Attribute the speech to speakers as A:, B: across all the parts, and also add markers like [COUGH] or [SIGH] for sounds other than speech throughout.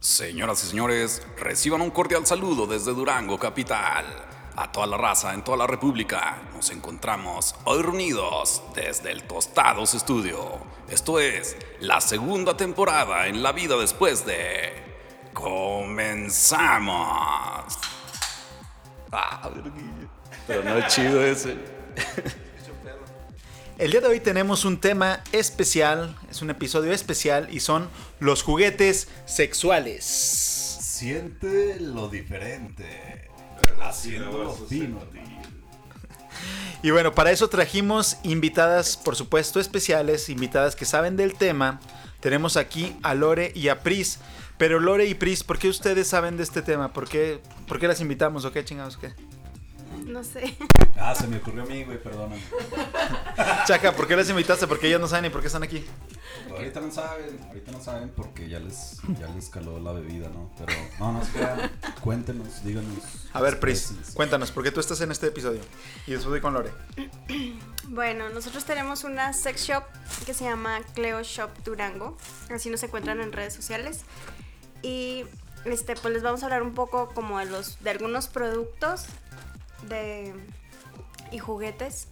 A: Señoras y señores, reciban un cordial saludo desde Durango, capital. A toda la raza en toda la República, nos encontramos hoy reunidos desde el Tostados Estudio. Esto es la segunda temporada en La Vida Después de... ¡Comenzamos! Ah, verguilla. Pero no es chido ese.
B: El día de hoy tenemos un tema especial, es un episodio especial y son los juguetes sexuales.
C: Siente lo diferente. Haciéndolo fino.
B: Y bueno, para eso trajimos invitadas, por supuesto, especiales, invitadas que saben del tema. Tenemos aquí a Lore y a Pris. Pero Lore y Pris, ¿por qué ustedes saben de este tema? ¿Por qué, por qué las invitamos o qué chingados qué?
D: No sé. [LAUGHS]
C: Ah, se me ocurrió a mí, güey, perdóname.
B: Chaca, ¿por qué las invitaste? Porque ellas no saben ni por qué están aquí.
C: Ahorita no saben, ahorita no saben porque ya les, ya les caló la bebida, ¿no? Pero no, no, espera, cuéntenos, díganos.
B: A ver, Pris,
C: Expresense.
B: cuéntanos, ¿por qué tú estás en este episodio? Y después voy con Lore.
D: Bueno, nosotros tenemos una sex shop que se llama Cleo Shop Durango. Así nos encuentran en redes sociales. Y este, pues les vamos a hablar un poco como de los de algunos productos de y juguetes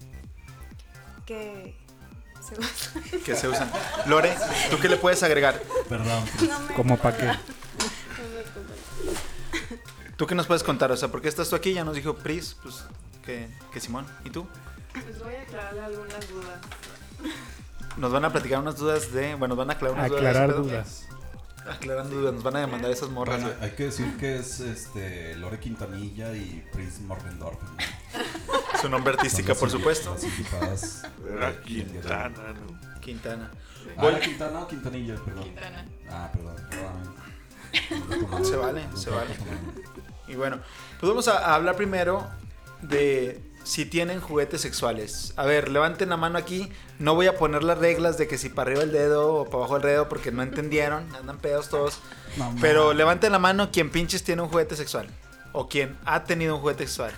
D: que se usan.
B: Que se usan. Lore, ¿tú qué le puedes agregar?
C: Perdón.
D: No me
E: ¿Cómo
D: acuerdo.
E: pa' qué?
D: No me acuerdo.
B: ¿Tú qué nos puedes contar? O sea, ¿por qué estás tú aquí? Ya nos dijo Pris, pues, que, que Simón. ¿Y tú?
F: Pues voy a aclarar algunas dudas.
B: Nos van a platicar unas dudas de. Bueno, nos van a aclarar unas
E: Aclarar
B: dudas. de ese pedo. Aclarar dudas. Nos van a demandar esas morras.
C: Bueno,
B: güey.
C: hay que decir que es este Lore Quintanilla y Pris Morgendorf.
B: [LAUGHS]
C: ¿no?
B: Su nombre artística, por supuesto. [LAUGHS]
C: Las invitadas. eh,
G: Era Quintana, ¿no?
B: Quintana.
C: Ah, era Quintana o Quintanilla, perdón.
F: Quintana.
C: Ah, perdón, perdón.
B: Se vale, se vale. Y bueno, pues vamos a, a hablar primero de si tienen juguetes sexuales. A ver, levanten la mano aquí. No voy a poner las reglas de que si para arriba el dedo o para abajo el dedo porque no entendieron. [LAUGHS] Andan pedos todos.
C: No,
B: Pero
C: mames.
B: levanten la mano quien pinches tiene un juguete sexual. O quien ha tenido un juguete sexual.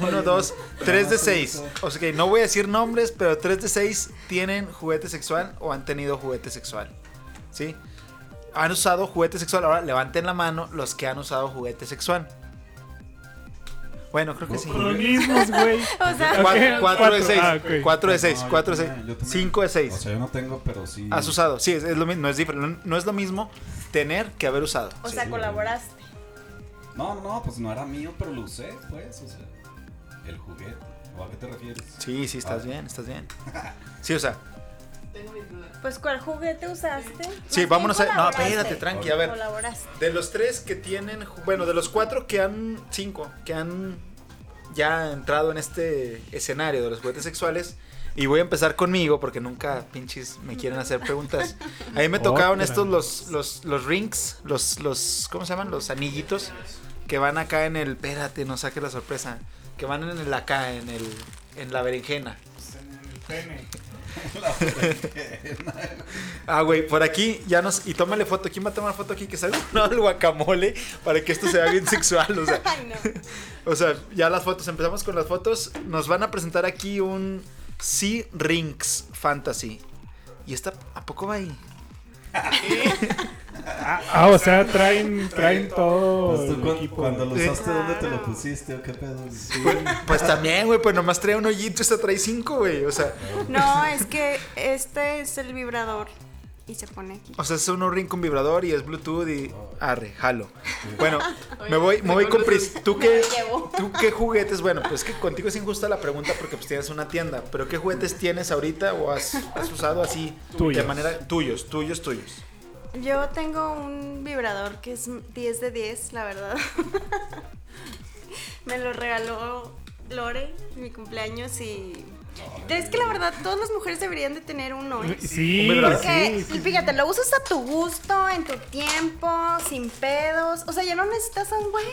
B: Uno, dos, tres de seis. O sea que no voy a decir nombres, pero tres de seis tienen juguete sexual o han tenido juguete sexual. ¿Sí? ¿Han usado juguete sexual? Ahora levanten la mano los que han usado juguete sexual. Bueno, creo que sí.
E: Los mismos, güey.
D: [LAUGHS] O sea,
B: Cuatro,
E: Ok,
B: cuatro de
E: cuatro,
B: seis.
E: ah, ok.
B: Cuatro de
C: No,
B: seis.
C: yo
B: Cuatro de seis.
C: también, yo también.
B: Cinco de
C: O
B: seis.
C: sea, yo no tengo, pero sí.
B: Has usado. Sí, es, es lo mismo. No es, diferente. no es lo mismo tener que haber usado.
D: o
B: Sí.
D: sea, colaboraste.
C: No, no, no, pues no era mío, pero lo usé, pues, o sea, el juguete. ¿O a qué te refieres?
B: Sí, sí, estás
C: Ah.
B: bien, estás bien. Sí, o sea,
F: Tengo mis dudas.
D: Pues ¿cuál juguete usaste?
B: Sí,
D: Más
B: vámonos
D: bien
B: a- no,
D: colaboraste.
B: espérate, tranqui, a ver.
D: Colaboraste.
B: de los tres que tienen, ju- bueno, de los cuatro que han, cinco, que han ya entrado en este escenario de los juguetes sexuales, y voy a empezar conmigo porque nunca pinches me quieren hacer preguntas. A mí me tocaron
E: Otra.
B: estos los, los, los rings, los, los, ¿cómo se llaman? Los anillitos que van acá en el, espérate, no saque la sorpresa, que van en el acá, en el, en la berenjena. Ah, güey, por aquí ya nos. Y tómale foto. ¿Quién va a tomar foto aquí? Que salga [LAUGHS] no, el guacamole para que esto sea bien sexual. O sea,
D: Ay, no.
B: o sea, ya las fotos. Empezamos con las fotos. Nos van a presentar aquí un Sea Rings Fantasy. ¿Y esta a poco va ahí?
E: Ah, ah, o sea, traen, traen todo
C: Pues tú
E: el
C: cuan-
E: equipo.
C: cuando lo
B: Sí.
C: usaste, ¿dónde te lo
F: Claro.
C: pusiste o qué pedo?
B: Pues, pues también, güey, pues nomás trae un hoyito. Esta trae cinco, güey. O sea,
D: No, es que este es el vibrador y se pone aquí.
B: o sea, es un ring con vibrador y es Bluetooth y. Arre, jalo. Bueno, me voy, me voy con Pris. ¿Tú qué,
D: llevo.
B: ¿Tú qué juguetes? Bueno, pues que contigo es injusta la pregunta porque pues tienes una tienda, pero ¿qué juguetes tienes ahorita o has, has usado así de
E: Tuyos.
B: manera tuyos, tuyos, tuyos?
D: Yo tengo un vibrador que es 10 de 10, la verdad. [LAUGHS] Me lo regaló Lore en mi cumpleaños y... Es que la verdad, todas las mujeres deberían de tener uno. ¿eh?
E: Sí,
B: Hombre, ¿verdad?
D: Porque,
E: sí, sí.
D: fíjate, lo usas a tu gusto, en tu tiempo, sin pedos. O sea, ya no necesitas a un güey.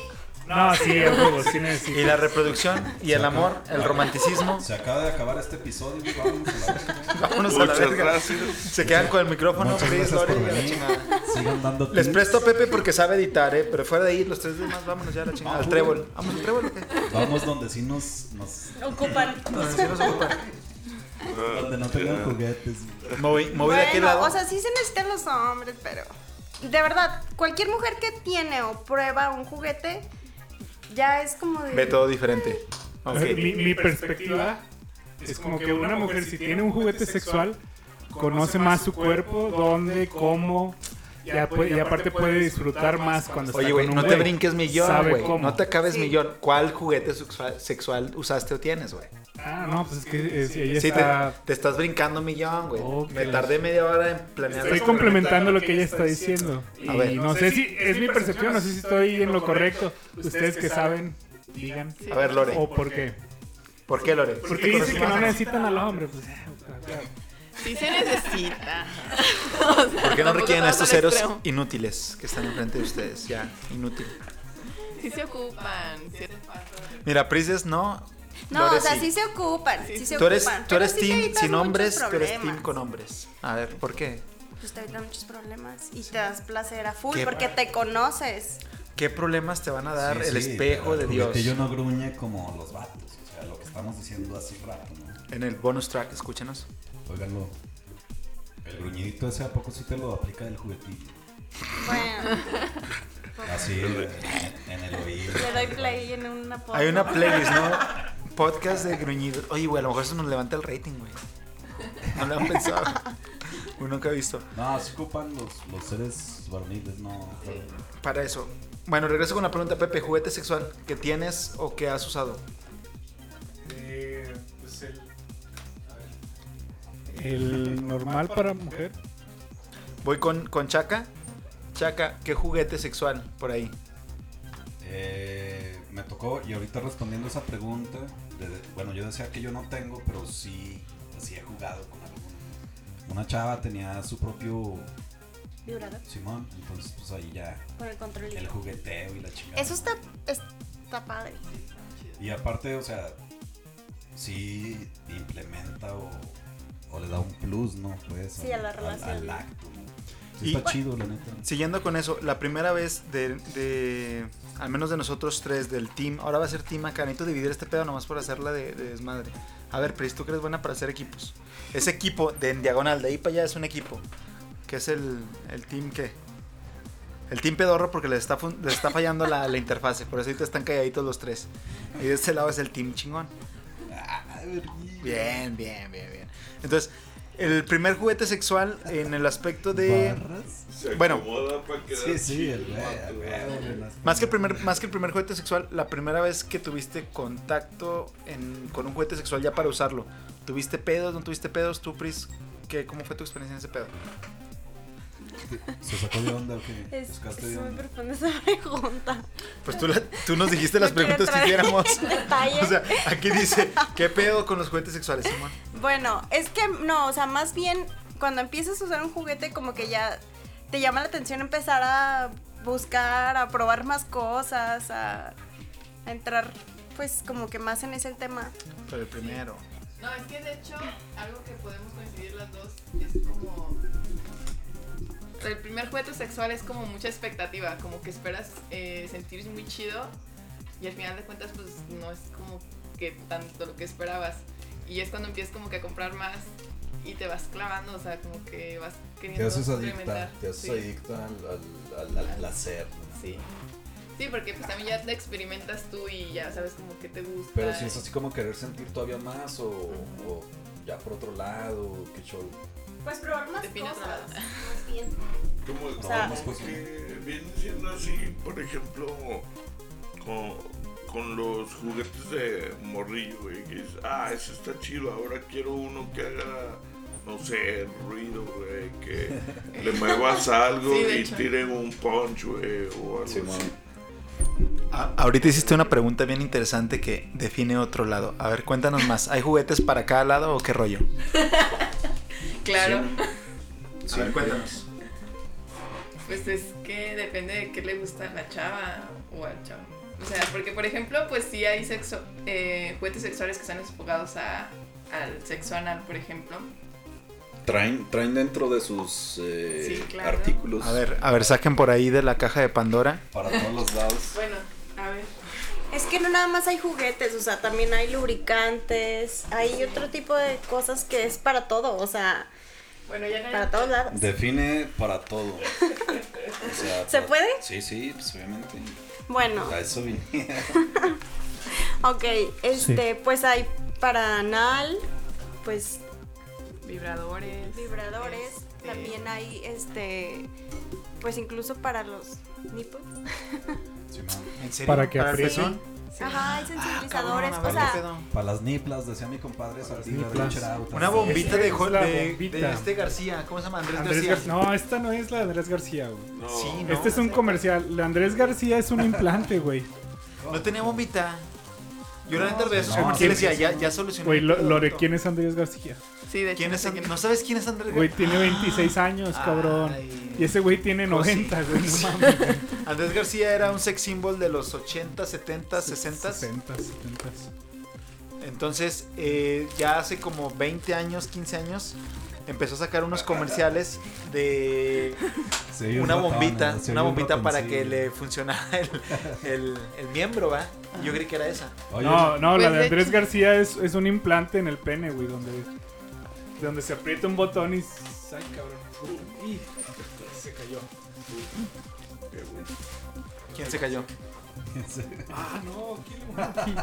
E: No, sí, a huevo, sí necesito.
B: Y la reproducción y el amor, el romanticismo.
C: Se acaba de acabar este episodio, güey, vámonos a la verga.
B: Vámonos a la
G: Muchas
B: verga.
G: gracias.
B: Se quedan con el micrófono,
C: Muchas
B: Chris,
C: gracias
B: Lore,
C: por
B: y la
C: venir.
B: chingada.
C: Sigan dando
B: Les
C: tips.
B: presto a Pepe porque sabe editar, ¿eh? Pero fuera de ahí, los tres demás, vámonos ya a la chingada.
E: Ah,
B: Al trébol. ¿Vamos al trébol o qué?
C: Vamos donde sí nos... nos-
D: Ocupan.
B: Donde sí nos ocupa.
C: donde no tengan juguetes. güey.
B: Ah. Me voy, me voy de aquel
D: Bueno,
B: lado.
D: o sea, sí se necesitan los hombres, pero... de verdad, cualquier mujer que tiene o prueba un juguete, ya es como de...
B: Ve todo diferente. Ok.
E: Mi, mi perspectiva es como que una mujer si tiene un juguete sexual, conoce más su cuerpo, dónde, cómo, ya puede- y aparte puede disfrutar más cuando está
B: Oye,
E: con
B: güey,
E: un
B: no te
E: güey.
B: brinques mi guión,
E: Sabe
B: güey.
E: cómo.
B: No te acabes
D: Sí.
B: mi guión. ¿Cuál juguete sexual, sexual usaste o tienes, güey?
E: Ah, no, pues es que es- ella
B: Sí, te,
E: está...
B: te estás brincando mi guión, güey.
E: Ok.
B: Me tardé media hora en planear.
E: Estoy complementando lo que ella está diciendo.
B: A
E: Y
B: ver.
E: no sé si es mi percepción, no sé si estoy en lo correcto. Ustedes que saben, digan.
B: A ver, Lore.
E: ¿O por qué?
B: ¿Por qué, Lore?
E: Oh. Porque dice que no necesitan al hombre. Pues,
F: Sí se necesita. [LAUGHS]
B: ¿Por
D: [LAUGHS]
B: qué no requieren a estos ceros
F: ceros?
B: inútiles que están enfrente de ustedes? Ya, inútil.
F: Sí se ocupan. sí hacen falta.
B: Mira, Prises no.
D: No,
B: Lore
D: o sea, sí. se ocupan, sí, se
B: Tú eres,
D: ocupan.
B: tú
D: pero
B: eres
D: sí te
B: team
D: evitas
B: sin
D: muchos
B: hombres, tú eres team
D: problemas.
B: con hombres. A ver, ¿por qué?
D: Pues te evitan muchos problemas y te das placer a full
B: Qué
D: porque te conoces.
B: ¿Qué problemas te van a dar
C: Sí,
B: el
C: sí,
B: espejo
C: pero
B: de
C: el
B: Dios?
C: juguetillo no gruñe como los vatos, o sea, lo que estamos diciendo hace rato, ¿no?
B: En el bonus track, escúchenos.
C: Óiganlo. El gruñidito ese a poco sí te lo aplica el juguetillo.
D: Bueno, [LAUGHS]
C: Así, en, en el oído.
D: le doy play en una porno.
B: Hay una playlist,
D: [LAUGHS]
B: ¿no? Podcast de gruñidos. Oye, güey, a lo mejor eso nos levanta el rating, güey. No lo han pensado. Uno nunca ha visto.
C: No, se ocupan los, los seres varoniles, no.
B: Para eso. Bueno, regreso con la pregunta, Pepe. ¿Juguete sexual que tienes o que has usado?
E: Eh, pues, El normal para mujer.
B: Voy con, con Chaca. Chaca, ¿qué juguete sexual por ahí?
C: Eh, me tocó, y ahorita respondiendo esa pregunta, de- bueno, yo decía que yo no tengo, pero sí, sí he jugado con alguna. Una chava tenía su propio
D: Vibrador
C: Simón, entonces pues ahí ya
D: por el controlito.
C: el jugueteo y la chingada.
D: Eso está, está padre.
C: Y aparte, o sea, sí implementa o, o le da un plus, ¿no? Pues,
D: Sí, a la relación.
C: Al, acto, ¿no? Sí
B: Y-
C: está chido, la neta.
B: Siguiendo con eso, la primera vez de, de- al menos de nosotros tres del team, ahora va a ser team acá, necesito dividir este pedo nomás por hacerla de, de desmadre. A ver, Pris, tú que eres buena para hacer equipos. Ese equipo de en diagonal, de ahí para allá es un equipo, que es el, el team que... El team pedorro porque le está, fun- le está fallando la, la interfase, por eso ahorita están calladitos los tres. Y de este lado es el team chingón. Bien, bien, bien, bien. Entonces, el primer juguete sexual en el aspecto de...
C: ¿Barras?
G: Se
B: Bueno.
G: acomoda pa' quedar
C: Sí, sí, el
G: chingón, güey.
B: Más que el primer, más que el primer juguete sexual, la primera vez que tuviste contacto en- con un juguete sexual ya para usarlo, ¿tuviste pedos? ¿No tuviste pedos? ¿Tú, Pris? ¿qué, ¿Cómo fue tu experiencia en ese pedo?
C: ¿Se sacó de onda o qué?
D: Es, es
C: ¿Buscaste de
D: muy
C: onda?
D: profunda esa
B: [LAUGHS]
D: pregunta.
B: Pues tú, la- tú nos dijiste las
D: No quiero
B: preguntas que
D: entrar en
B: hiciéramos.
D: [LAUGHS] detalle.
B: O sea, aquí dice, ¿qué pedo con los juguetes sexuales, Simón?
D: Bueno, es que no, o sea, más bien cuando empiezas a usar un juguete como que ya te llama la atención empezar a buscar, a probar más cosas, a, a entrar pues como que más en ese tema.
B: Pero el primero.
F: No, es que de hecho, algo que podemos coincidir las dos es como. El primer juguete sexual es como mucha expectativa, como que esperas eh, sentir muy chido y al final de cuentas, pues no es como que tanto lo que esperabas. Y es cuando empiezas como que a comprar más y te vas clavando, o sea, como que vas queriendo
H: Te haces adicta,
F: experimentar.
H: te haces
F: Sí.
H: adicta al, al- al- al placer. ¿no?
F: Sí. Sí, porque pues también ya te experimentas tú y ya sabes como que te gusta.
H: Pero si es así como querer sentir todavía más o, o ya por otro lado, qué show.
D: Pues probar más
F: Define otro lado.
G: Como como
D: sea-
G: que viene siendo así, por ejemplo, con, con los juguetes de morrillo, güey, que dices, ah, ese está chido, ahora quiero uno que haga, no sé, ruido, güey, que le muevas algo
F: Sí, de
G: y
F: hecho.
G: tire un punch, güey, o algo así.
B: A- ahorita hiciste una pregunta bien interesante que define otro lado. A ver, cuéntanos más. ¿Hay juguetes para cada lado o qué rollo?
F: [LAUGHS] Claro.
B: A ver, cuéntanos.
F: Pues es que depende de qué le gusta a la chava o al chavo. O sea, porque por ejemplo, pues sí hay sexo, eh, juguetes sexuales que están enfocados a, al sexo anal, por ejemplo.
H: Traen, traen dentro de sus
F: eh, Sí, claro. artículos-
B: A ver, a ver, saquen por ahí de la caja de Pandora.
C: Para todos los lados.
F: Bueno, a ver.
D: Es que no nada más hay juguetes, o sea, también hay lubricantes, hay otro tipo de cosas que es para todo, o sea,
F: Bueno, ya no
D: para todos lados.
C: Define para todo.
D: ¿Se puede?
C: Sí, sí, pues obviamente.
D: Bueno,
C: A
F: [LAUGHS]
C: eso vine.
D: ok, este, pues hay para anal, pues
F: Vibradores.
D: vibradores,
F: este,
D: también hay este, pues incluso para los nipples.
C: Simón.
B: ¿En serio?
E: Para que
B: el
E: aprieten.
B: pezón?
F: sí.
D: Ajá, hay sensibilizadores,
B: Cabrón, a ver,
D: o
B: ¿qué
D: sea,
B: pedo?
C: Para las niplas, decía mi compadre Saldívar,
E: niplas.
C: Richard Autas.
B: Una bombita
E: Esa
B: de,
E: es
B: jo-
E: la
B: de-
E: bombita.
B: de este García. ¿Cómo se llama? Andrés,
E: Andrés
B: García.
E: Gar- No, esta no es la de Andrés García, güey.
G: No.
B: Sí, no.
E: Este es un comercial. La Andrés García [LAUGHS] es un implante, güey.
B: No tenía bombita. Yo la neta de
C: no,
B: eso. Porque
E: sí,
B: decía,
E: sí,
B: ya, ya solucioné.
E: Güey,
B: el
E: lo,
B: pedo,
E: lo de
B: doctor.
E: quién es Andrés García.
F: Sí, de hecho,
B: ¿Quién
F: no
B: es
F: sé
B: Andrés-
F: quién
B: ¿No sabes quién es Andrés García?
E: Güey, tiene 26 años, cabrón.
B: Ay.
E: Y ese güey
B: [LAUGHS]
E: tiene
B: Pues sí.
E: 90, güey. No mames.
B: Andrés García era un sex symbol de los 80, 70, 60.
E: 60, 70.
B: Entonces, eh, ya hace como 20 años, 15 años, empezó a sacar unos comerciales de
C: Se oye un
B: una
C: ratón,
B: bombita,
C: ¿no? Se oye
B: una
C: un
B: bombita para
C: ratoncillo.
B: que le funcionara el, el- el miembro, ¿va? Yo creí que era esa.
C: Oye,
E: No, no, la
F: Pues,
E: de
F: de
E: Andrés
F: hecho-
E: García es, es un implante en el pene, güey, donde, donde se aprieta un botón y. s- Ay, cabrón. Y se cayó.
B: ¿Quién se cayó?
E: Ah, no, ¿quién le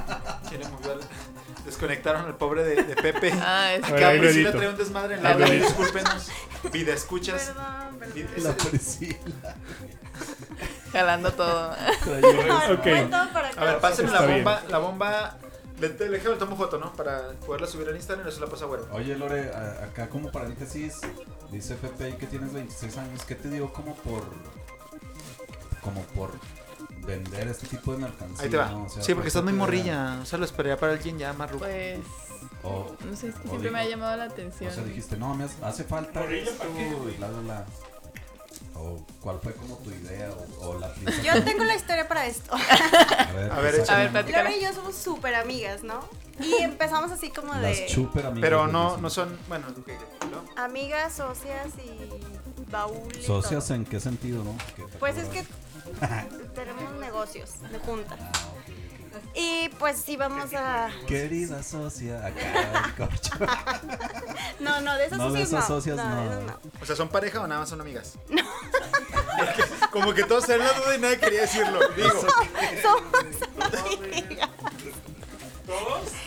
B: ¿Quién le movió al- Desconectaron al pobre de, de [LAUGHS] Pepe.
F: Ah, es
E: A
B: Que
E: ver,
B: Capri
E: ahí lo
B: sí le
E: edito.
B: trae un desmadre en la
E: Ahí lo
B: vida, [LAUGHS]
E: edito.
B: discúlpenos. Vida, escuchas.
D: perdón, perdón.
B: Vida-
C: La policía.
F: jalando todo. [LAUGHS]
D: No,
E: Ok.
D: fue todo para
B: A ver,
D: acá.
B: pásenme la
E: Está bien.
B: bomba. La bomba. Le, le- déjame tomo foto, ¿no? Para poderla subir al Instagram y eso la pasa bueno.
C: Oye, Lore, a- acá como paréntesis, dice Pepe que tienes 26 años, ¿qué te dio como por como por vender este tipo de mercancía?
B: Ahí te va.
C: ¿no? O sea,
B: sí, porque
C: ¿por
B: estás
C: qué
B: muy
C: te-
B: morrilla. O sea, lo esperaría para alguien ya más rudo.
F: Pues.
C: O,
F: No sé, es que
C: O
F: siempre me ha
C: digo-
F: llamado la
C: o
F: atención.
C: sea, dijiste, no, me hace, hace falta
G: Morrilla,
C: esto,
G: ¿para qué,
C: y bla, bla, bla. O cuál fue como tu idea o, o la
D: Yo tengo la historia para
B: [LAUGHS]
D: esto.
C: A ver,
B: A ver,
C: esa-
B: échale.
F: A ver, platica.
D: Laura y yo somos súper amigas, ¿no? Y empezamos así como
C: Las
D: de
C: chuper amigas.
B: Pero
C: de
B: no,
C: Disney.
B: no son. Bueno, ok, ¿no?
D: amigas, socias y baúl. y
C: ¿Socias
D: todo.
C: en qué sentido, no? Que te
D: Pues es que
C: acuerdas.
D: tenemos negocios de junta.
C: Ah, ok, ok.
D: Y pues íbamos a...
C: Querida socia, acá [LAUGHS] el corcho.
D: No, no, de esas
C: No, de
D: socias
C: esas
D: no.
C: socias
D: no, de
C: no.
D: esas no.
B: O sea, ¿son pareja o nada más son
D: [LAUGHS]
B: amigas? No. como que todos tenían la duda y nadie quería decirlo. Digo,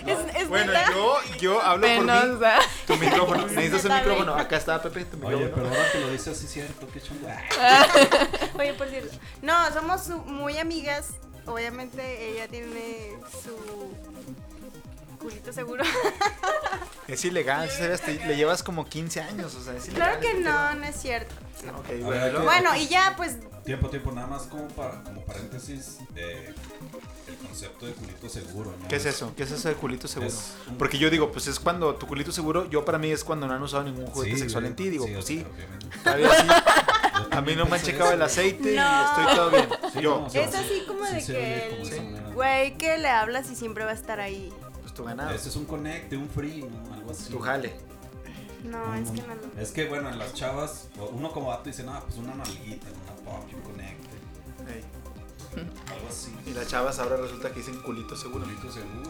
D: Es, es
B: bueno,
D: neta.
B: yo, yo hablo por mí.
F: Penosa.
B: Tu micrófono.
D: [LAUGHS]
B: Necesitas un
D: Está bien.
B: micrófono. Acá está Pepe, tu micrófono.
C: Oye, pero ahora que lo dices, sí es cierto, qué chungo.
D: Oye, por cierto. No, somos su- muy amigas. Obviamente ella tiene su culito seguro. [LAUGHS]
B: Es ilegal, si sabías, te- le llevas como 15 años, o sea, es ilegal.
D: Claro que
B: este
D: no, no es cierto.
B: pedo. Ok,
C: ver,
B: bueno,
C: hay que-
B: luego-
D: Bueno, y ya pues
C: Tiempo, tiempo, nada más como, para, como paréntesis, eh, el concepto de culito seguro. ¿no?
B: ¿Qué es eso? ¿Qué es eso de culito seguro?
C: Es un-
B: Porque yo digo, pues es cuando tu culito seguro, yo para mí es cuando no han usado ningún juguete
C: Sí,
B: sexual en ti, digo, pues sí,
C: obviamente.
B: todavía sí.
C: Yo
B: [LAUGHS] A mí
C: también
B: no me han
C: pensé
B: checado el
C: eso.
B: aceite
D: No.
B: y estoy todo bien.
C: Sí,
B: yo,
C: no, o sea,
D: Es así como
C: sí
D: de
C: se
D: que
C: oye como de esa manera.
D: el güey que le hablas y siempre va a estar ahí.
B: pues tu ganado,
C: Ese es un connect, un free, ¿no? algo así.
B: tu jale.
D: No, es que no. no.
C: Es que bueno, en las chavas, uno como vato dice, no, pues una nalguita, una pop, un connect,
B: Ey.
C: algo así.
B: Y las chavas ahora resulta que dicen culito seguro.
C: Culito seguro.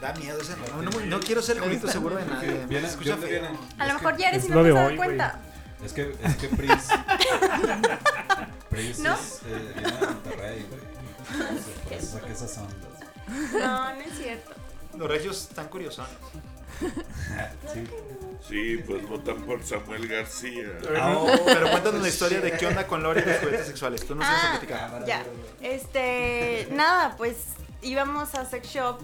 B: Da miedo ese. No, no, no quiero ser culito seguro de nadie.
C: Porque
B: además,
C: viene-
B: se escucha
C: ¿de dónde
B: feo.
C: viene?
D: A
C: Es
D: lo mejor
C: que-
D: ya eres y
E: es
D: no
E: lo
D: te
E: de
D: has dado
E: hoy, güey.
D: cuenta.
C: Es que, es
D: [LAUGHS]
C: que Pris. Pris
D: ¿No?
C: es, eh, viene de Monterrey, güey. Entonces, Por eso saqué esas ondas.
D: [LAUGHS] No, no es cierto.
B: Los regios están curiosos.
C: Sí.
G: Sí, pues votan por Samuel García.
B: Pero cuéntanos la historia de qué onda con Lore y los juguetes sexuales. Tú no sabes
D: Ah.
B: a platicar.
D: Ya. Este, nada, pues íbamos a sex shop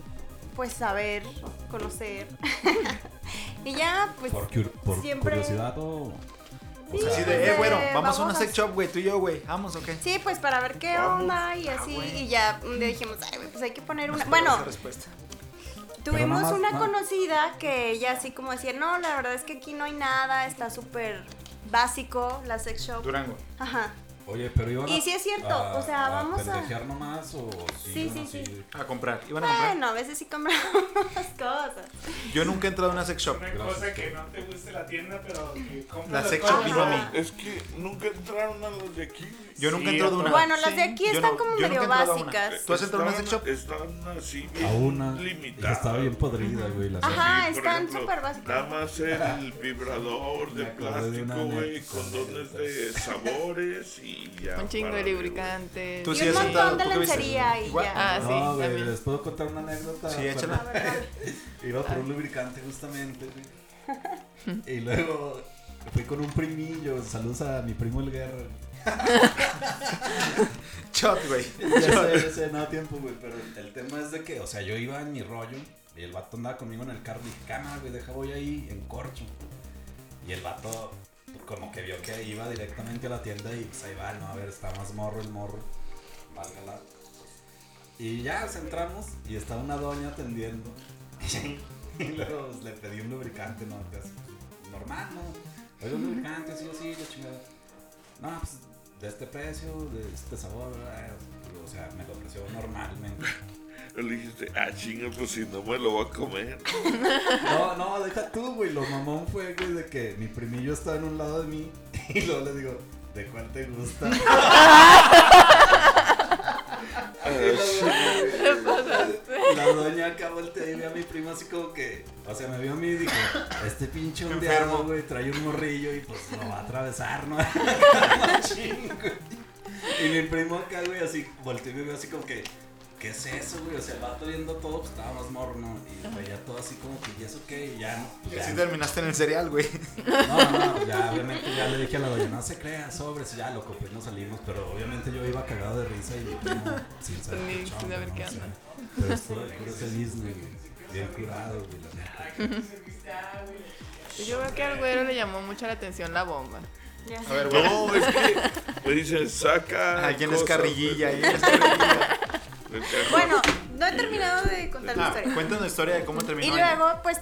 D: pues a ver, conocer. [LAUGHS] y ya pues
C: Por, cur- por
D: Siempre-
C: curiosidad o. o
D: Sí,
B: Así
C: sea,
B: de, eh, bueno, vamos a una
D: Vamos a-
B: sex shop, güey, tú y yo, güey. Vamos, ok.
D: Sí, pues para ver qué
G: Vamos.
D: onda y
B: Ah,
D: así
B: güey.
D: y ya un día dijimos, "Ay, güey, pues hay que poner una."
B: Nos
D: Bueno,
B: podemos dar respuesta.
C: Pero
D: Tuvimos
C: nada más,
D: una
C: ah.
D: conocida que ella así como decía, no, la verdad es que aquí no hay nada, está súper básico la sex shop.
B: Durango.
D: Ajá.
C: Oye, pero iban
D: Y sí es cierto, o sea, vamos a-
C: pendejear nomás o sí,
D: Sí,
C: iban
D: sí,
C: así?
D: sí.
B: A comprar. Iban a comprar.
D: Bueno, a veces sí compramos [LAUGHS] cosas.
B: Yo nunca he entrado a una sex shop.
E: Una cosa que no te guste la tienda, pero que compras
B: La
E: las
B: sex
E: cosas.
B: shop vino a mí.
G: Es que nunca entraron a los de aquí. güey.
B: Yo nunca he
E: Sí,
B: entrado a una.
D: Bueno, las de aquí
B: Yo
D: están
B: no-
D: como
B: yo
D: medio
B: nunca he entrado a una.
D: básicas.
B: ¿Tú has entrado a una
G: Estaban-
B: sex shop?
G: Estaban así, bien
C: A una.
G: limitadas.
C: Estaba bien podrida, güey. La
D: Ajá.
C: serie.
D: Ah,
G: por
D: están
G: ejemplo,
D: súper básicas.
G: Nada más el vibrador de
C: Me acordé de una
G: plástico, güey,
C: anécdota.
G: condones de sabores y y ya.
F: Un chingo de
G: párale, güey.
F: lubricante.
B: Tú
D: Y
B: sí
D: un
B: has
D: montón
B: andado,
D: de
B: ¿tú qué viste?
D: lencería y
B: Igual.
D: ya.
F: Ah, sí,
C: no, güey,
F: también.
C: les puedo contar una anécdota.
B: Sí, échala.
D: A ver,
B: [LAUGHS]
D: a ver.
C: Iba por un lubricante justamente,
D: [LAUGHS]
C: güey. Y luego fui con un primillo. Saludos a mi primo el Guerra.
B: Shot, güey.
C: [LAUGHS] Ya sé, ya sé, nada tiempo, güey. Pero el tema es de que, o sea, yo iba en mi rollo y el vato andaba conmigo en el carro. Y dije, cámara, güey, deja voy ahí en corcho. Y el vato, como que vio que iba directamente a la tienda y pues ahí va, no, a ver, está más morro el morro. Válgala. Y ya pues, entramos y estaba una doña atendiendo. [LAUGHS] y luego pues, le pedí un lubricante, ¿no? Pues, normal, ¿no? Oye, un lubricante, sí, sí, la chingada. No, pues de este precio, de este sabor, ¿verdad? o sea, me lo ofreció normalmente.
G: Le dijiste, ah, chinga, pues si no me lo voy a
F: [LAUGHS]
G: comer.
C: No, no, deja tú, güey. Lo mamón fue, güey, de que mi primillo estaba en un lado de mí [LAUGHS] y luego le digo, ¿de cuál te gusta?
G: Ah, chinga.
C: [LAUGHS] La doña acá voltea y ve a mi primo así como que, o sea, me vio a mí y dijo, este pinche ondeado, güey, trae un morrillo y pues lo va a atravesar, ¿no? [LAUGHS] Chingo. y mi primo acá, güey, así, volteó y me vio así como que, ¿qué es eso, güey? O sea, el vato viendo todo, pues estaba más morno y veía todo así como que, ¿y eso qué? Y ya, no, pues, ya
B: Sí terminaste en el cereal, güey.
C: No, no, no, ya obviamente ya le dije a la doña, no se crea, sobres, ya loco, pues no salimos, pero obviamente yo iba cagado de risa y no, sin saber
F: Ni-
C: qué
F: sin
C: chongo,
F: saber
C: ¿no?
F: qué
C: O sea,
F: onda.
C: Pero estuvo de puro ese Disney, güey, bien curado, güey, la neta.
F: Yo creo que al güero le llamó mucho la atención la bomba.
D: Ya
B: A
D: sé.
B: ver, güey.
G: No, es que me dicen, saca.
B: Alguien es
G: cosas,
B: carrillilla.
G: güey.
B: alguien es carrillilla.
G: El carro-
D: Bueno, no he terminado de contar la
B: Ah,
D: historia.
B: cuéntanos la historia de cómo terminó.
D: Y
B: ahí.
D: luego, pues,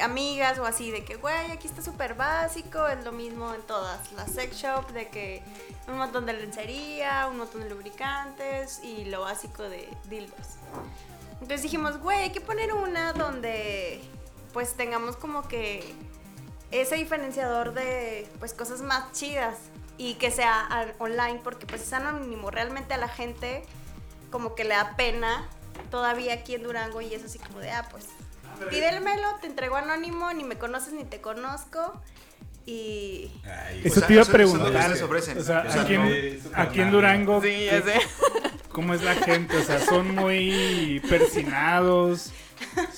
D: amigas o así, de que, güey, aquí está súper básico, es lo mismo en todas las sex shop, de que un montón de lencería, un montón de lubricantes y lo básico de dildos. Entonces dijimos, güey, hay que poner una donde, pues, tengamos como que ese diferenciador de, pues, cosas más chidas y que sea a- online, porque, pues, es anónimo. Realmente a la gente como que le da pena todavía aquí en Durango y es así como de, ah, pues pídemelo, te entrego anónimo, ni me conoces ni te conozco y
C: Ay,
E: Eso
C: güey.
E: te iba
B: eso-
E: a
B: eso
E: preguntar.
B: no les ofrecen.
E: O sea,
C: O sea,
E: aquí,
C: no
E: en, aquí
C: es
E: en
C: carnal,
E: Durango,
F: Sí, ya sé.
E: ¿cómo es la gente? O sea, son muy persinados,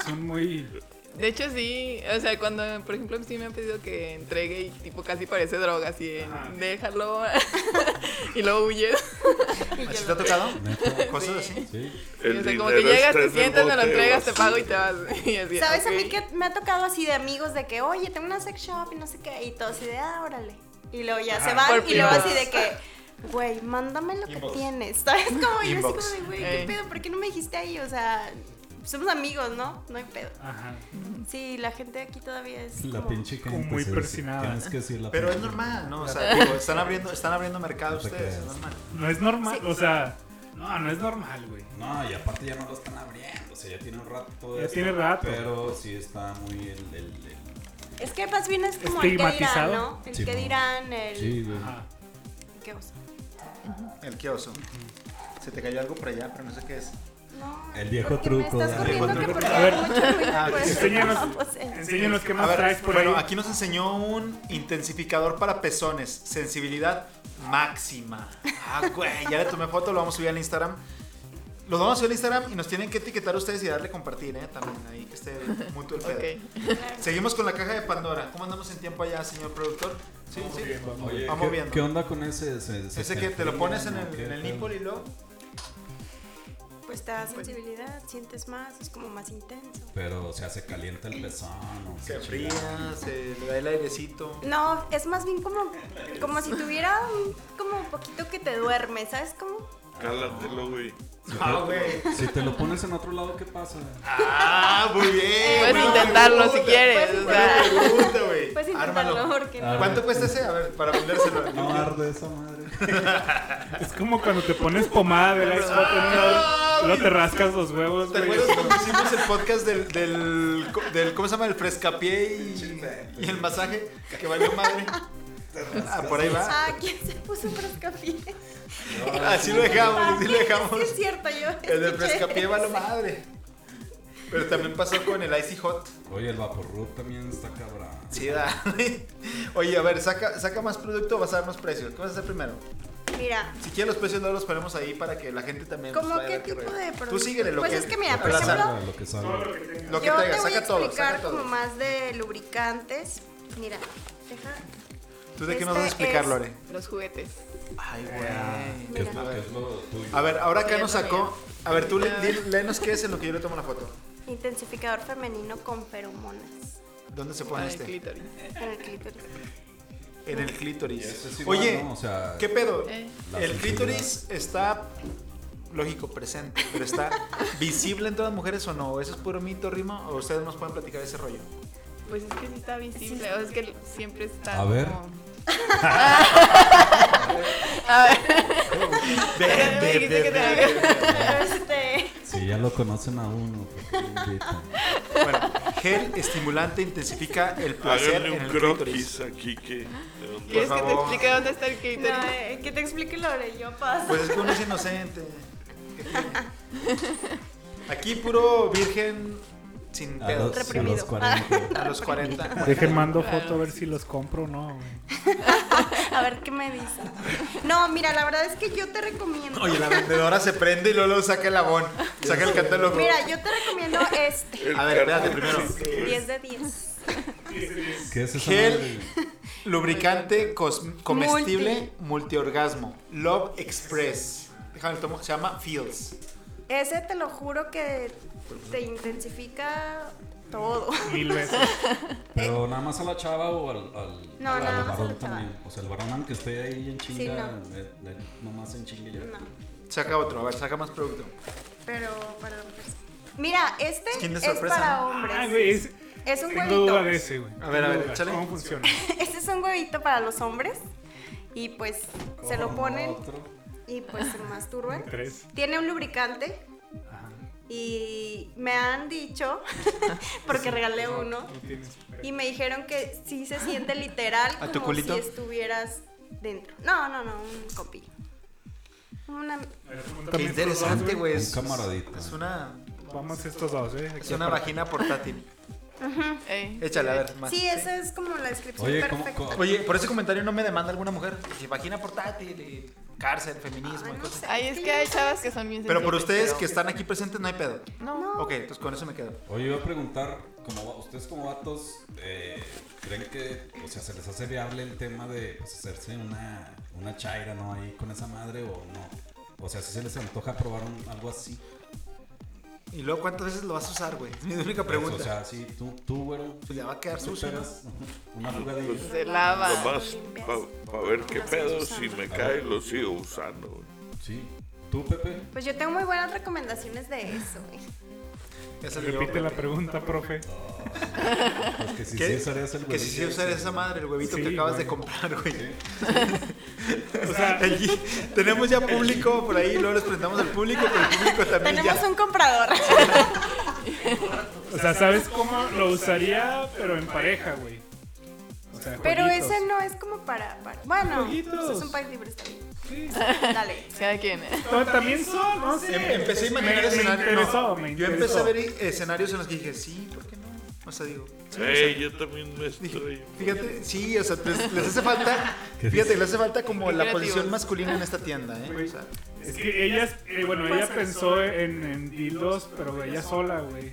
E: son muy...
F: De hecho, sí. O sea, cuando, por ejemplo, sí me han pedido que entregue y, tipo, casi parece droga, así, en, déjalo [LAUGHS] y luego huyes.
B: ¿Así te ha tocado?
C: Neta,
B: Cosas así.
C: Sí.
G: el
F: o sea, como
G: dinero
F: que
G: está
F: llegas,
G: en
F: te
G: el
F: sientas, me lo
G: bote,
F: entregas, te
G: basura.
F: pago y te vas. [LAUGHS] Y así,
D: ¿Sabes
F: ok.
D: a mí que me ha tocado así de amigos de que, oye, tengo una sex shop y no sé qué, y todo así de, ah, órale. Y luego ya se van
F: por
D: y luego
F: inbox.
D: así de que, güey, mándame lo que tienes. ¿Sabes? Como yo así como
B: Inbox.
D: de, güey, ¿qué
F: Ey.
D: pedo? ¿Por qué no me dijiste ahí? O sea, somos amigos, ¿no? No hay pedo.
E: Ajá.
D: Sí, la gente aquí todavía es
C: La
D: como-
C: pinche
E: Como
C: gente.
E: muy
C: sí, sí,
E: persinada.
C: Tienes que decir la
B: Pero es
C: pinche-
B: normal, ¿no? O sea, digo, están abriendo, están abriendo mercado
C: No te
B: ustedes, es
C: creas.
B: normal.
E: No es normal,
D: Sí.
E: o sea, no, no es normal, güey.
C: No, y aparte ya no lo están abriendo, o sea, ya tiene un rato todo
E: Ya
C: esto,
E: tiene rato.
C: Pero sí está muy el... el, el-
D: Es que más bien es como el que dirán,
E: Estigmatizado.
D: ¿no? El
C: Sí,
D: que
C: no.
D: dirán, el...
C: Sí, güey.
E: Ajá.
D: ¿Qué oso?
B: El kioso. Se te cayó algo por allá, pero no sé qué es.
D: No,
C: El viejo
D: porque
C: truco,
D: Me estás
C: ¿no?
D: corriendo que
E: Viejo
D: porque
E: truco. A ver,
D: hay mucho ruido,
B: ah,
D: pues,
E: enséñanos-
D: no, pues, eh.
E: Enséñanos qué
B: A
E: más traes
B: ver,
E: por
B: bueno,
E: ahí.
B: aquí nos enseñó un intensificador para pezones, sensibilidad máxima. Ah, güey, ya le tomé foto, lo vamos a subir al Instagram. Lo vamos a subir al Instagram y nos tienen que etiquetar ustedes y darle compartir, ¿eh? También ahí que esté mutuo el pedo.
F: Ok.
B: Seguimos con la caja de Pandora. ¿Cómo andamos en tiempo allá, señor productor? Sí, sí.
C: Oye,
B: Vamos
C: ¿qué,
B: viendo.
C: ¿Qué onda con ese? Ese, ese
B: Ese que te lo pones en
C: ¿no?
B: el,
C: ¿Qué
B: en el
C: pedo?
B: nipple y luego.
D: Pues te da sensibilidad, sientes más, es como más intenso.
C: Pero, o sea, se calienta el pezón. o
B: Se
C: sea,
B: fría,
C: chingada.
B: se le da el airecito.
D: No, es más bien como, como si tuviera un como un poquito que te duerme, ¿sabes cómo?
G: Cálatelo, güey.
B: Ah, güey.
C: Si te lo pones en otro lado, ¿qué pasa?
B: Ah, muy bien.
F: Puedes
B: buena
F: intentarlo si
B: pregunta.
F: quieres.
D: Puedes
F: o sea.
B: Buena pregunta, güey.
D: Puedes pues, intentarlo
B: Ármalo.
D: porque
C: Ah,
D: no.
B: ¿Cuánto cuesta ese? A ver, para vendérselo.
C: No arde esa madre.
E: Es como cuando te pones pomada de la Xbox en un lado, y luego te rascas los huevos,
B: ¿Te
E: güey.
B: acuerdas cuando hicimos el podcast del, del, del- ¿cómo se llama? El frescapié y, y el masaje que valió madre. Ah, por ahí va.
D: Ah, ¿quién se puso frescapié?
B: Así lo dejamos, así lo
D: Sí, es
B: dejamos.
D: cierto, yo
B: El del
D: escuché.
B: frescapié valió madre. Pero también pasó con el Icy Hot.
C: Oye, el vaporrub también está cabrón.
B: [LAUGHS] Sí, dale. Oye, a ver, saca, saca más producto, vas a dar más precio. ¿Qué vas a hacer primero?
D: Mira,
B: Si quieres los precios luego los ponemos ahí para que la gente también
D: ¿Cómo
B: nos vaya a
D: qué
B: ver
D: tipo
B: rollo.
D: de
B: Tú
D: producto?
B: síguele lo
D: Pues
B: que
D: es que mira, por
B: al azar.
D: ejemplo,
C: Lo que sabe.
B: Lo que
D: yo
B: traiga,
D: te voy a
B: saca todo,
D: explicar
B: saca todo.
D: como más de lubricantes. Mira, deja.
B: ¿Tú de qué nos vas a
D: Este
B: explicar,
D: es-
B: Lore?
F: Los juguetes.
B: Ay, güey.
C: ¿Qué es,
D: Mira.
C: lo, qué es lo tuyo?
B: A ver, ahora acá
F: Sí,
B: nos
F: yo
B: sacó.
F: también.
B: A ver, tú le- di- léenos qué es en lo que yo le tomo la foto.
D: Intensificador femenino con feromonas.
B: ¿Dónde se
F: Para
B: pone
F: Ah, el
B: este?
F: clítoris.
D: En el clítoris.
B: En el
C: Y ese
B: clítoris.
C: sí,
B: Oye,
C: bueno, o sea,
B: ¿qué pedo?
F: Eh.
C: la
B: El
C: sensibilidad.
B: clítoris está, lógico, presente, pero está
D: [LAUGHS]
B: visible en todas las mujeres o no. ¿Eso es puro mito, Rima? ¿O ustedes nos pueden platicar ese rollo?
F: Pues es que sí está visible, o sea, es que siempre está
C: A ver.
F: como... [LAUGHS] A ver.
B: [LAUGHS] Ve,
F: Ya me
B: ve,
F: dijiste
B: ve,
F: que te
B: ve,
F: haga.
B: ve, ve. [LAUGHS]
D: Este.
C: Si ya lo conocen a uno, pues, ¿qué invitan?
B: Bueno, gel estimulante intensifica el placer
G: Háganle
B: en
G: un
B: el
G: croquis
B: clítoris.
G: aquí que... de dónde
F: ¿Quieres que te
B: favor.
F: explique dónde está el
D: No,
F: clítoris?
D: eh, que te explique Lore, yo paso.
B: Pues es que uno es inocente. ¿Qué tiene? Aquí puro virgen sin
C: A los,
B: pedos.
C: a los
D: Reprimido.
C: 40.
B: A los 40.
E: Dejen mando foto a ver si los compro o no. güey.
D: [LAUGHS] A ver qué me dice. No, mira, la verdad es que yo te recomiendo.
B: Oye, la vendedora se prende y luego luego saca el abón. Saca el catálogo.
D: Mira, yo te recomiendo este.
G: El
B: A ver, espérate
G: carnal.
B: primero.
D: 10 de 10.
C: ¿Qué es eso?
B: Gel lubricante cos- comestible multiorgasmo. Love Express. Déjame el tomo. Se llama Fields.
D: Ese te lo juro que te intensifica todo.
E: Mil veces.
C: Pero nada más a la chava o al, al,
D: No,
C: al
D: nada más a la
C: varón
D: chava.
C: también. O sea, el varón aunque esté ahí en chinga,
D: no.
C: eh, eh, nomás en chinga ya.
D: No,
B: Saca otro. A ver, saca más producto.
D: pero para los hombres. Mira, este
B: Skin de
D: es
B: sorpresa,
D: para
B: ¿no?
D: hombres.
E: Ah, güey, es-
D: Es un
E: tengo duda de
D: huevito.
E: ese, güey.
B: A ver, a ver,
E: Tengo duda.
B: échale.
E: ¿Cómo funciona?
D: [LAUGHS] Este es un huevito para los hombres. Y pues se lo
B: Oh.
C: Como
D: ponen
C: otro.
D: y pues se masturban.
E: Tres.
D: Tiene un lubricante. Y me han dicho, [LAUGHS] porque regalé uno,
E: No tienes.
D: y me dijeron que sí se siente literal
B: ¿A tu
D: como
B: culito?
D: si estuvieras dentro. No, no, no, un copillo. Una,
B: Qué interesante, güey. Es,
C: Un camaradito.
B: es una,
E: Vamos estos dos, ¿eh? Aquí
B: es una
E: aparte.
B: vagina portátil.
F: Eh.
B: Échale, a ver, más.
D: sí, esa es como la descripción
C: Oye, ¿cómo-
D: perfecta.
C: cómo-
B: Oye, por ese comentario no me demanda alguna mujer. Si vagina portátil y cárcel, feminismo
D: Ah,
B: y
D: no
B: cosas.
D: sé.
F: Ay, es que hay chavas que son bien
B: Pero por
F: sensibles,
B: ustedes
F: pero-
B: que están aquí presentes no hay pedo.
F: No.
B: Ok, entonces con eso me quedo.
C: Oye, iba a preguntar, como, va- ustedes como vatos, eh, ¿creen que, o sea, se les hace viable el tema de pues, hacerse una, una chaira, ¿no? Ahí con esa madre o no? O sea, si se les antoja probar un- algo así.
B: Y luego, ¿cuántas veces lo vas a usar, güey? Es mi única pregunta.
C: O sea, sí, tú, tú, güero.
B: pues ya va a quedar
C: ¿tú
B: sucio. ¿no? Pues-
C: esperas Una jugadilla.
F: Se lava.
G: Nomás para ver qué
D: Lo sigo
G: pedo,
D: usando.
G: si me cae lo sigo usando. güey.
C: Sí. ¿Tú, Pepe?
D: Pues yo tengo muy buenas recomendaciones de eso. eh. güey.
B: Esa le digo,
E: Repite la
B: güey.
E: pregunta, profe.
C: Pues que si
B: ¿Qué?
C: sí usarías el
B: que si sí
C: huevito
B: usar
C: ese.
B: esa madre, el huevito
E: Sí,
B: que acabas de
E: güey.
B: comprar, güey. [LAUGHS]
E: O sea,
B: Allí tenemos ya público por ahí, luego les presentamos al público, pero el público también
D: Tenemos
B: ya.
D: un comprador.
E: o sea, ¿sabes cómo lo usaría? Pero en pareja, güey. O sea,
D: Pero
E: jueguitos.
D: ese no es como para. para- bueno, pues
E: Jueguitos.
D: es un pack libre, está bien.
E: Sí.
D: Dale.
F: Cada quien, ¿eh?
E: No, también son, no sé.
B: Em- Empecé a imaginar
E: Me- me
B: escenarios.
E: interesó,
B: no,
E: me
B: Yo empecé a
E: interesó.
B: ver escenarios en los que dije, sí, ¿por qué no? O sea, digo,
G: Ey, yo también me estoy...
B: Dije, "Ah". Fíjate, sí, o sea, les, les hace falta,
C: ¿Qué
B: fíjate, les hace falta como
F: Qué
B: la
F: creativos.
B: posición masculina en esta tienda, ¿eh? O sea,
E: Es que ellas, eh, bueno, ella pensó en, en dildos, pero ella sola, güey.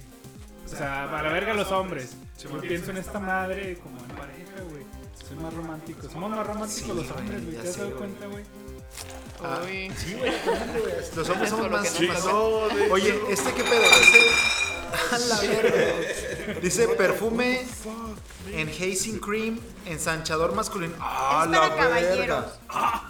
E: O sea, a la verga los hombres. Yo pienso en esta madre como en pareja, güey. Soy más romántico. Somos más románticos
B: Sí,
E: los
B: güey,
E: hombres, güey.
B: ya
E: ¿Te has
B: sé,
E: dado
B: güey.
E: cuenta, [LAUGHS] güey?
B: Ah,
F: Uy.
B: sí, güey, totalmente, güey. Los hombres somos
F: Eso es lo
B: más...
F: que nos
B: más-
F: pasó.
B: Oye, ¿este qué pedo? Dice... [LAUGHS] A la verga. Dice perfume en hazing cream, ensanchador masculino. ¡Ah,
D: Es
B: la
D: para
B: verga!
D: caballeros.
B: Ah.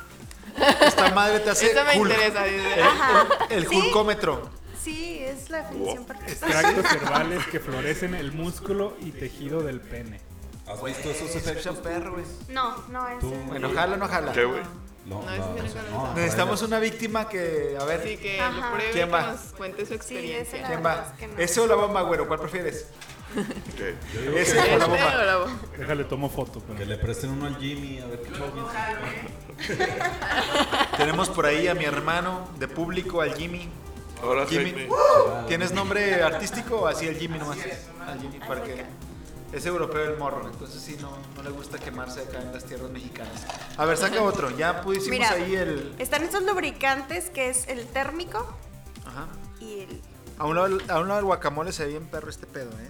B: Esta madre te hace
F: Eso me
B: Hulk. Eh.
F: interesa, dice.
D: Ajá.
B: El
D: ¿Sí?
B: Hulkómetro.
D: Sí, es la definición perfecta.
E: Extractos herbales que florecen el músculo y tejido del pene.
C: ¿Has visto esos
B: Excepción
C: efectos?
B: perro, güey.
D: [LAUGHS] No, no es.
C: Tú.
B: Bueno, jala o no jala.
G: ¿Qué, güey?
C: No,
F: No, eso sí no
C: eso-
F: conozco.
C: no,
B: Necesitamos una víctima que, a ver,
F: Así que
D: Ajá.
F: lo pruebe
B: ¿Quién
F: y
B: va?
F: que nos cuente su
D: Sí, ese
F: experiencia.
D: la
B: ¿quién
D: verdad
B: va?
D: es que no.
B: ¿Ese o la bomba, güero? ¿Cuál prefieres?
G: ¿Qué?
B: Ese o la
F: ¿Este
B: bomba.
D: [LAUGHS]
F: o la bomba?
E: Déjale, tomo foto. pero-
C: Que le presten uno al Jimmy, a ver qué chavos.
B: Tenemos por ahí a mi hermano de público, al Jimmy.
G: Ahora
B: Jimmy.
G: Jaime.
B: ¿Tienes nombre artístico o así el Jimmy nomás? Al Jimmy, para que Es europeo el morro, entonces sí, no, no le gusta quemarse acá en las tierras mexicanas. A ver, saca otro. Ya pusimos
D: Mira.
B: ahí el.
D: Están estos lubricantes que es el térmico
B: Ajá.
D: y el.
B: A un, lado, a un lado del guacamole se ve bien perro este pedo, ¿eh?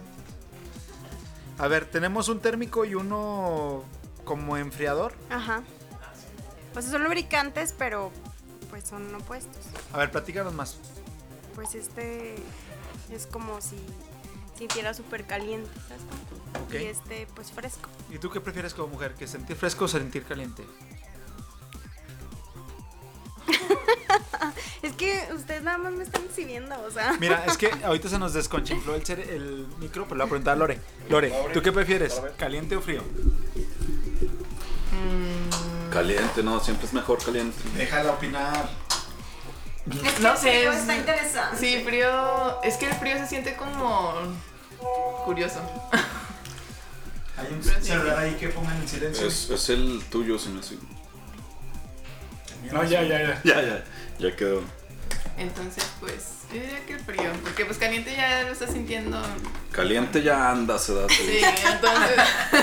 B: A ver, tenemos un térmico y uno como enfriador.
D: Ajá. Pues son lubricantes, pero pues son opuestos.
B: A ver, platícanos más.
D: Pues este es como si sintiera súper caliente, ¿sabes cómo?
B: Ok.
D: Y este, pues fresco.
B: ¿Y tú qué prefieres como mujer? ¿Que sentir fresco o sentir caliente?
D: Es que ustedes nada más me están exhibiendo, o
B: [LAUGHS]
D: sea.
B: Mira, es que ahorita se nos desconchinfló el, cere- el micro, pero le voy a preguntar a Lore. Lore, ¿tú qué prefieres? ¿Caliente o frío?
H: Caliente, no, siempre es mejor caliente.
B: Déjala opinar.
D: [LAUGHS] Es que
F: No
D: el
F: sé,
D: frío
F: es-
D: está interesante.
F: Sí, frío. Es que el frío se siente como. curioso.
B: Hay un
F: Pero sí.
B: celular ahí que pongan en silencio.
H: Es, es el tuyo, se me hace.
E: No, ya, ya, ya.
H: Ya, ya, ya quedó.
F: Entonces, pues, yo diría que el frío. Porque, pues, caliente ya lo estás sintiendo.
H: Caliente ya anda, se da.
F: Sí, entonces.
D: [LAUGHS]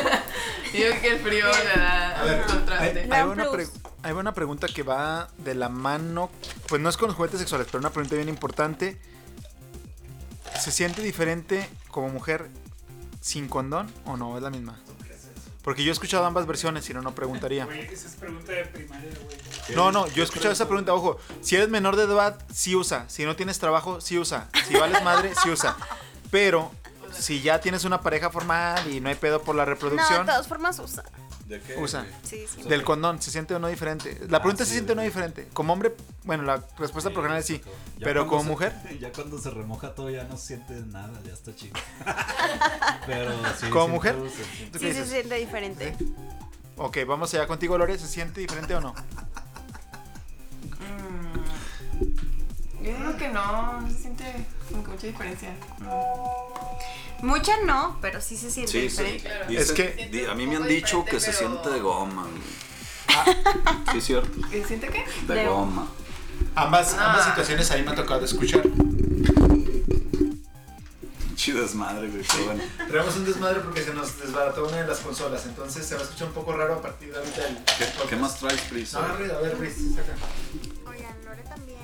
F: yo creo que el frío le da un contraste.
B: Hay, hay
D: Dan
B: una
D: Plus.
B: pre- hay una pregunta que va de la mano, pues no es con los juguetes sexuales, pero una pregunta bien importante. ¿Se siente diferente como mujer sin condón o no? ¿Es la misma? Porque yo he escuchado ambas versiones, si no, no preguntaría.
E: Güey, esa es pregunta de primaria, güey.
B: No, no, yo he escuchado esa pregunta, ojo. Si eres menor de edad, sí usa. Si no tienes trabajo, sí usa. Si vales madre, sí usa. Pero si ya tienes una pareja formal y no hay pedo por la
D: No, de
B: reproducción,
D: todas formas usa.
H: ¿De qué?
B: usa.
D: Sí, sí.
B: Del condón, ¿se siente o no diferente? La pregunta es, ¿se siente o no diferente? Como hombre, bueno, la respuesta por general es sí.
C: Ya
B: Pero
C: cuando
B: como
C: se-
B: mujer,
C: [LAUGHS] Ya cuando se remoja todo ya no sientes nada, ya está chido. Pero sí,
B: ¿Como
C: sí,
B: mujer?
C: tú, sí.
B: ¿tú qué
D: Sí, se
B: dices?
D: siente diferente.
B: Ok, vamos allá contigo, Lore. ¿Se siente diferente o no?
F: Mm, Yo digo que no, no se siente como que mucha diferencia.
D: Mucha no, pero sí se siente
H: Sí, sí.
D: diferente.
B: Es que-
H: di- a mí me han dicho que se
F: Pero-
H: siente de goma. güey.
B: Ah.
H: [LAUGHS] sí, cierto.
F: ¿Que ¿Siente qué?
H: De,
D: De-
H: goma.
B: Ambas,
F: ambas
B: situaciones ahí me ha tocado escuchar.
H: Chido desmadre, güey. Pero bueno.
B: Traemos un desmadre porque se nos desbarató una de las consolas. Entonces se va a escuchar un poco raro a partir de ahorita. El...
H: ¿Qué, qué más traes, Pris?
B: A ver, a ver, Riz, saca.
D: Oigan, Lore también.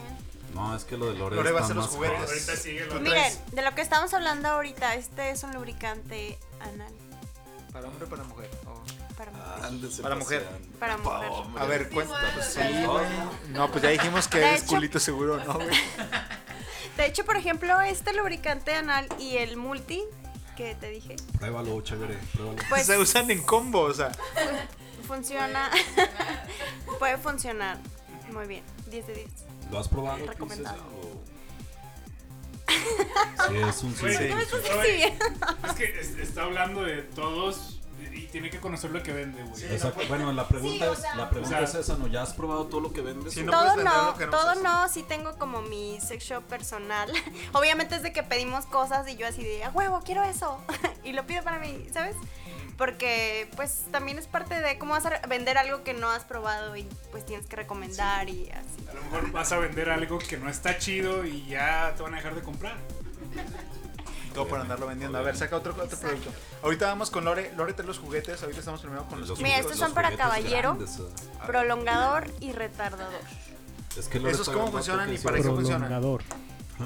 C: No, es que lo de Lore,
B: Lore va a
C: está
B: hacer los
C: más
B: juguetes.
C: hot.
E: Ahorita sigue
B: Tú
E: lo
D: Miren,
B: traes
D: de lo que estamos hablando ahorita, este es un lubricante anal
B: ¿Para hombre o para mujer? O-
D: para mujer.
H: Ándese
B: Para mujer.
H: paseando.
D: Para mujer.
H: hombre.
B: A ver, cuenta.
F: bueno,
B: pues,
F: o
B: sí,
F: sea,
B: güey. No, pues ya dijimos que
D: De
B: eres
D: hecho-
B: culito seguro, ¿no, güey?
D: De hecho, por ejemplo, este lubricante anal y el multi que te dije,
C: Pruébalo, chévere, pruébalo.
B: [LAUGHS]
D: pues
B: Se usan en combo, o sea.
D: funciona. [LAUGHS] Puede funcionar. Muy bien. 10 de 10.
C: ¿Lo has probado? Pris,
D: Recomendado.
C: eso? Sí, es un sí.
E: Güey,
C: sí.
E: ¿tú me estás
D: Sí, bien.
E: Es que es- está hablando de todos y tiene que conocer lo que vende, güey.
C: O sea, bueno, la pregunta,
D: Sí, o
C: es,
D: sea-
C: la pregunta
E: O sea-
C: es esa, ¿no? ¿Ya has probado todo lo que vendes?
B: Sí, no
D: todo
B: puedes vender
D: no,
B: lo que no
D: todo
B: usas.
D: no, sí tengo como mi sex shop personal. [LAUGHS] Obviamente es de que pedimos cosas y yo así de, "A huevo, quiero eso. [LAUGHS] y lo pido para mí, ¿sabes? Porque pues también es parte de cómo vas a re- vender algo que no has probado y pues tienes que recomendar y así.
E: A lo mejor vas a vender algo que no está chido y ya te van a dejar de comprar.
B: Todo por andarlo vendiendo. A ver, saca otro, otro producto. Ahorita vamos con Lore. Lore trae los juguetes. Ahorita estamos primero con los,
C: Los
D: Mira,
C: juguetes-
D: estos
B: juguetes.
D: son
C: los
D: para
C: juguetes
D: caballero.
C: grandes, o sea.
D: Prolongador
B: [LAUGHS]
D: y retardador.
C: Es que Lore
B: ¿Esos
C: está
B: cómo
C: grandota
B: funcionan
C: que
B: y
C: sí,
B: para qué funcionan?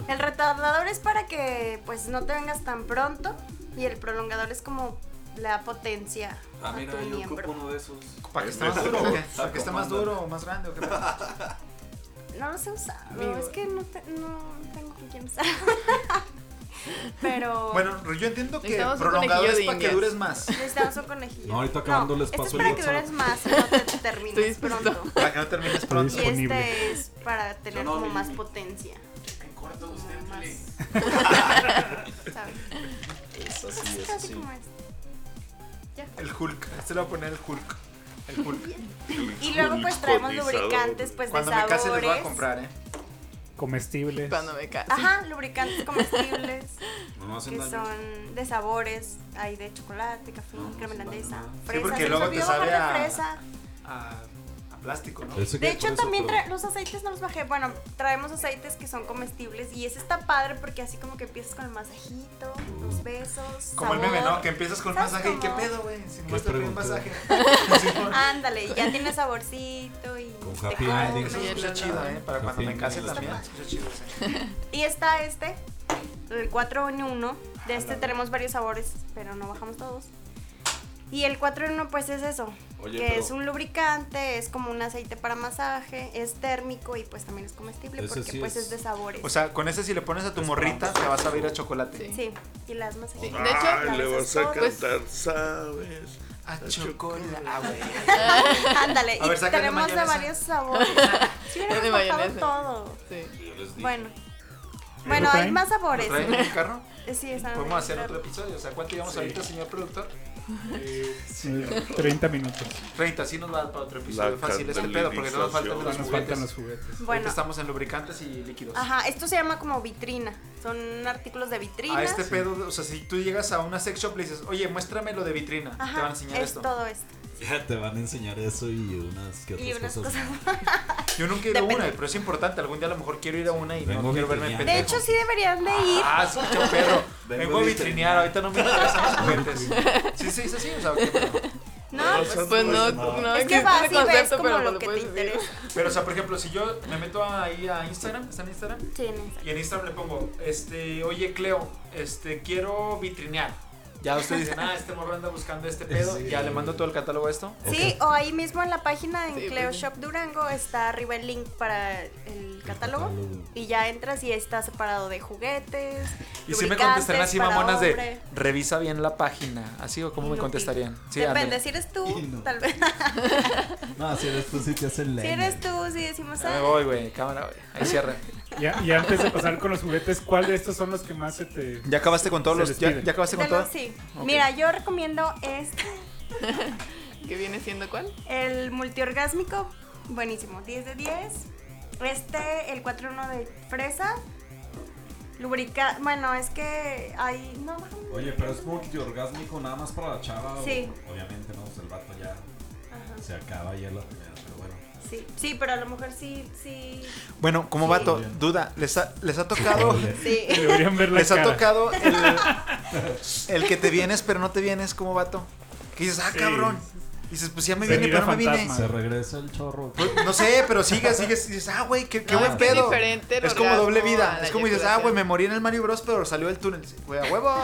D: El retardador es para que pues no te vengas tan pronto y el prolongador es como la potencia
H: Ah,
D: a
H: mira,
D: tu
H: yo ocupo
D: miembro.
H: uno de esos.
B: ¿Para que esté más duro o qué? ¿Para que esté más duro o más grande o qué?
D: No lo sé usar.
B: Amigo.
D: Es que no, te- no tengo con quién usar. Pero.
B: Bueno, yo entiendo que
F: Necesitamos un
B: prolongador
F: conejillo
B: es
F: de
B: para que
F: indias.
B: dures más.
D: Necesitamos un conejillo.
C: No, ahorita acabando les
D: este
C: paso
D: es
C: el
D: para que
C: WhatsApp.
D: dures más, no
H: [LAUGHS]
D: te termines
F: Estoy dispuesto.
D: pronto.
B: Para que no termines pronto.
D: Y este es para tener
H: no,
D: como
H: mi-
D: más potencia. Más- [LAUGHS] ¿Sabes?
H: Es así, es
D: Casi
H: así.
D: como este.
B: El Hulk. Este lo voy a poner el Hulk. El
D: Pues
B: Hulk.
D: Y luego pues traemos lubricantes pues
B: Cuando
D: de
B: me
D: sabores.
B: case les voy a comprar, ¿eh?
E: Comestibles.
F: Cuando me cae.
D: Ajá, lubricantes comestibles
H: No me hacen
D: que
H: daño.
D: son de sabores, hay de chocolate, café, crema
H: sí,
D: holandesa,
H: banana.
D: fresa,
B: porque
D: se nos
B: luego te
D: olvidó
B: sabe
D: bajar de
B: a-
D: fresa.
B: A, a a plástico, ¿no?
H: Ese
D: De
H: que
D: hecho,
H: por eso,
D: también
H: pero-
D: tra-
C: [LAUGHS]
D: los aceites no los bajé. Bueno, traemos aceites que son comestibles y ese está padre porque así como que empiezas con el masajito, los besos.
B: Como el
D: sabor.
B: meme, ¿no? Que empiezas con un
D: ¿Sabes
B: masaje y qué
D: cómo?
B: pedo, güey. Si
H: ¿Qué
B: nomás te un
H: preguntó?
D: [LAUGHS]
B: masaje. [LAUGHS]
D: Ándale, y ya tiene saborcito y.
H: Con
D: te
H: happy
D: comes.
H: ending.
B: Eso escucha chido, ¿eh? Para cuando me case también. Escucha chido, sí.
D: Y está este, el 4 en 1. De este tenemos varios sabores, pero no bajamos todos. Y el 4 en 1 pues es eso,
C: Oye,
D: que
C: pero-
D: es un lubricante, es como un aceite para masaje, es térmico y pues también es comestible
H: Ese
D: porque
H: sí
D: pues
H: es-
D: es de sabores.
B: O sea, con ese si le pones a tu morrita, te vas a ver a chocolate.
F: Sí.
D: sí, y las masajes.
F: Sí. De hecho,
G: Ay,
D: la
G: Ah, le
D: besas
G: vas a
D: todas.
B: Pues,
G: cantar, ¿sabes?
B: A
D: [LAUGHS]
B: chocolate. Ah,
D: Ándale,
B: A ver,
D: y
B: sácale
D: tenemos de
B: mayonesa. [LAUGHS]
D: varios sabores. Si
F: Es
D: hubiera
F: de
D: bajado
F: mayonesa.
D: todo.
F: Sí.
D: Bueno. Bueno, hay
E: traen?
D: más
B: ¿Lo
D: sabores.
B: traen en el carro?
D: Eh, Sí, están en
B: Podemos
D: el
B: hacer
D: carro.
B: otro episodio. O sea, ¿cuánto llevamos ahorita, señor productor?
E: 30 minutos.
B: 30, sí nos va para otro episodio.
G: La
B: Fácil este pedo, porque no nos faltan
G: candelización.
B: los
E: Nos faltan
B: juguetes.
E: los juguetes.
B: Ahorita
D: Bueno,
B: estamos en lubricantes y líquidos.
D: ajá, esto se llama como vitrina. Son artículos de vitrina.
B: A este pedo, o sea, si tú llegas a una sex shop y dices, oye, muéstrame lo de vitrina,
D: Ajá,
B: te van a enseñar
D: es
B: esto.
D: todo esto.
H: Ya te van a enseñar eso y unas que otras
D: Y unas
H: cosas.
D: cosas.
B: Yo nunca he ido a
D: Depende.
B: una, pero es importante. Algún día a lo mejor quiero ir a una y no
H: Vengo
B: quiero verme
H: vitrineando.
B: pendejo.
D: De hecho, sí deberían de ir.
B: Ah, escucha, perro.
H: Vengo
B: Vengo a vitrinear,
H: vitrineando.
B: ahorita no me interesan los juguetes.
H: [LAUGHS]
B: Sí, sí, sí, sí, o sea, que-
D: No,
F: Pues, pues no, no,
D: es que
F: existe
D: vas
F: ese
D: y ves
F: concepto,
D: como
F: pero
D: lo
F: lo
D: que te
F: puedes decir.
D: interesa.
B: Pero, o sea, por ejemplo, si yo me meto ahí a Instagram, ¿está en Instagram?
D: Sí, en esa.
B: Y en Instagram le pongo, este, oye, Cleo, este, quiero vitrinear. Ya ustedes dicen, ah, este morro anda buscando este pedo,
H: Sí.
B: ya le mando todo el catálogo a esto.
D: Sí, o ahí mismo en la página en
F: Sí, pues
D: Cleo
F: sí.
D: Shop Durango está arriba el link para el catálogo.
H: catálogo.
D: Y ya entras y está separado de juguetes.
B: Y si me
D: lubricantes
B: contestarán así
D: para
B: mamonas de
D: hombre.
B: revisa bien la página, así o cómo me
D: Inútil.
B: contestarían. Sí,
D: Depende,
B: ándale.
D: si
H: [LAUGHS]
D: eres tú,
H: Inútil.
D: tal vez.
H: No, si eres tú sí te hacen
D: si
H: leña.
D: eres tú, si decimos.
B: Ya me
D: "Ah,
B: voy, güey, cámara, güey. Ahí cierra.
E: Y, a- y antes de pasar con los juguetes, ¿cuál de estos son los que más se te...
B: ¿Ya acabaste con todos
E: Se
B: los
E: les
B: ya,
E: pide.
B: ya acabaste con
D: de los-
B: todo?
D: sí.
B: Ok.
D: Mira, yo recomiendo este,
F: ¿Qué viene siendo cuál?
D: el multiorgásmico. Buenísimo, 10 de 10. Este, el 4-1 de fresa. Lubrica. Bueno, es que hay. No,
C: Oye, pero es como que orgásmico nada más para la chava. o-
D: Sí.
C: obviamente, no, pues el vato ya
D: Ajá.
C: se acaba ya la primera, pero bueno.
D: Sí, sí, pero a lo mejor sí, sí.
B: Bueno, como
D: Sí.
B: vato, duda, les ha, les ha tocado
D: Sí.
E: Deberían ver la
B: les ha
E: cara.
B: tocado el,
E: [LAUGHS]
B: el que te vienes pero no te vienes como vato. Que dices, "Ah,
E: Sí.
B: cabrón." Dices, "Pues ya me
E: Se
B: viene,
E: mira
B: pero no me vine."
E: fantasma.
H: Se regresa el chorro.
B: Pues, No sé, pero sigues, sigues, y dices, "Ah, güey, qué, qué
F: Ah,
B: buen
F: es que es
B: pedo."
F: diferente el
B: es como
F: orgasmo
B: doble
F: a
B: vida.
F: la
B: Es como dices, "Ah,
F: eyaculación.
B: güey, me morí en el Mario Bros, pero salió del túnel." Sí, Güey, a huevo.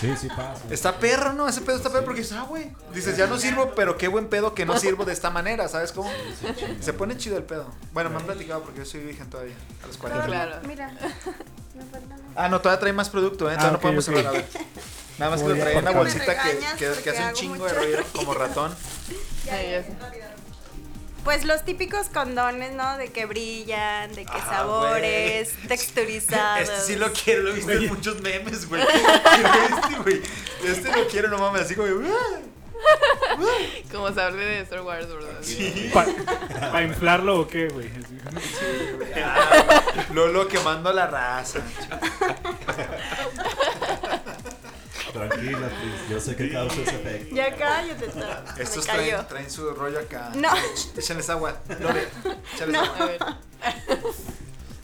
H: Sí, sí pasa.
B: Está perro, ¿no? Ese pedo está perro porque dices, ah, güey. Dices, ya no sirvo, pero qué buen pedo que no sirvo de esta manera, ¿sabes cómo? Se pone chido el pedo. Bueno, me han platicado porque yo soy virgen todavía, a los
D: No, no,
B: 40.
F: Claro.
D: Mira. No falta nada.
B: Ah, no, todavía trae más producto, ¿eh? Todavía
E: Ah,
B: no
E: ok,
B: podemos
E: ok.
B: hablar. a ver. Nada más que lo
E: Oye,
B: traía en una
E: ¿por
D: me
E: qué
B: bolsita que,
D: regañas?
B: que- que
D: Porque
B: hace un
D: hago
B: chingo de
D: mucho
B: ruido
D: ruido.
B: como
D: [LAUGHS]
B: ratón.
F: Sí, ya sé.
D: [LAUGHS] Pues los típicos condones, ¿no? De que brillan, de que
B: Ah,
D: sabores, texturizados.
B: Este sí lo quiero, lo he visto en muchos memes, güey. [LAUGHS] Este, güey. Este lo quiero, no mames, así como. "Ah".
F: Como saber de Star Wars, ¿verdad?
B: Sí.
E: ¿Para inflarlo o qué, güey?
B: Ah, güey. Lolo quemando la raza.
H: Tranquila, Tris, yo sé que causa ese
B: [LAUGHS]
H: efecto.
D: Ya cállate, Toro.
B: Estos
D: Me cayó.
B: traen, traen su rollo acá. [LAUGHS]
D: No.
B: Échales agua. Lore, échales
D: No.
B: agua.
F: A ver.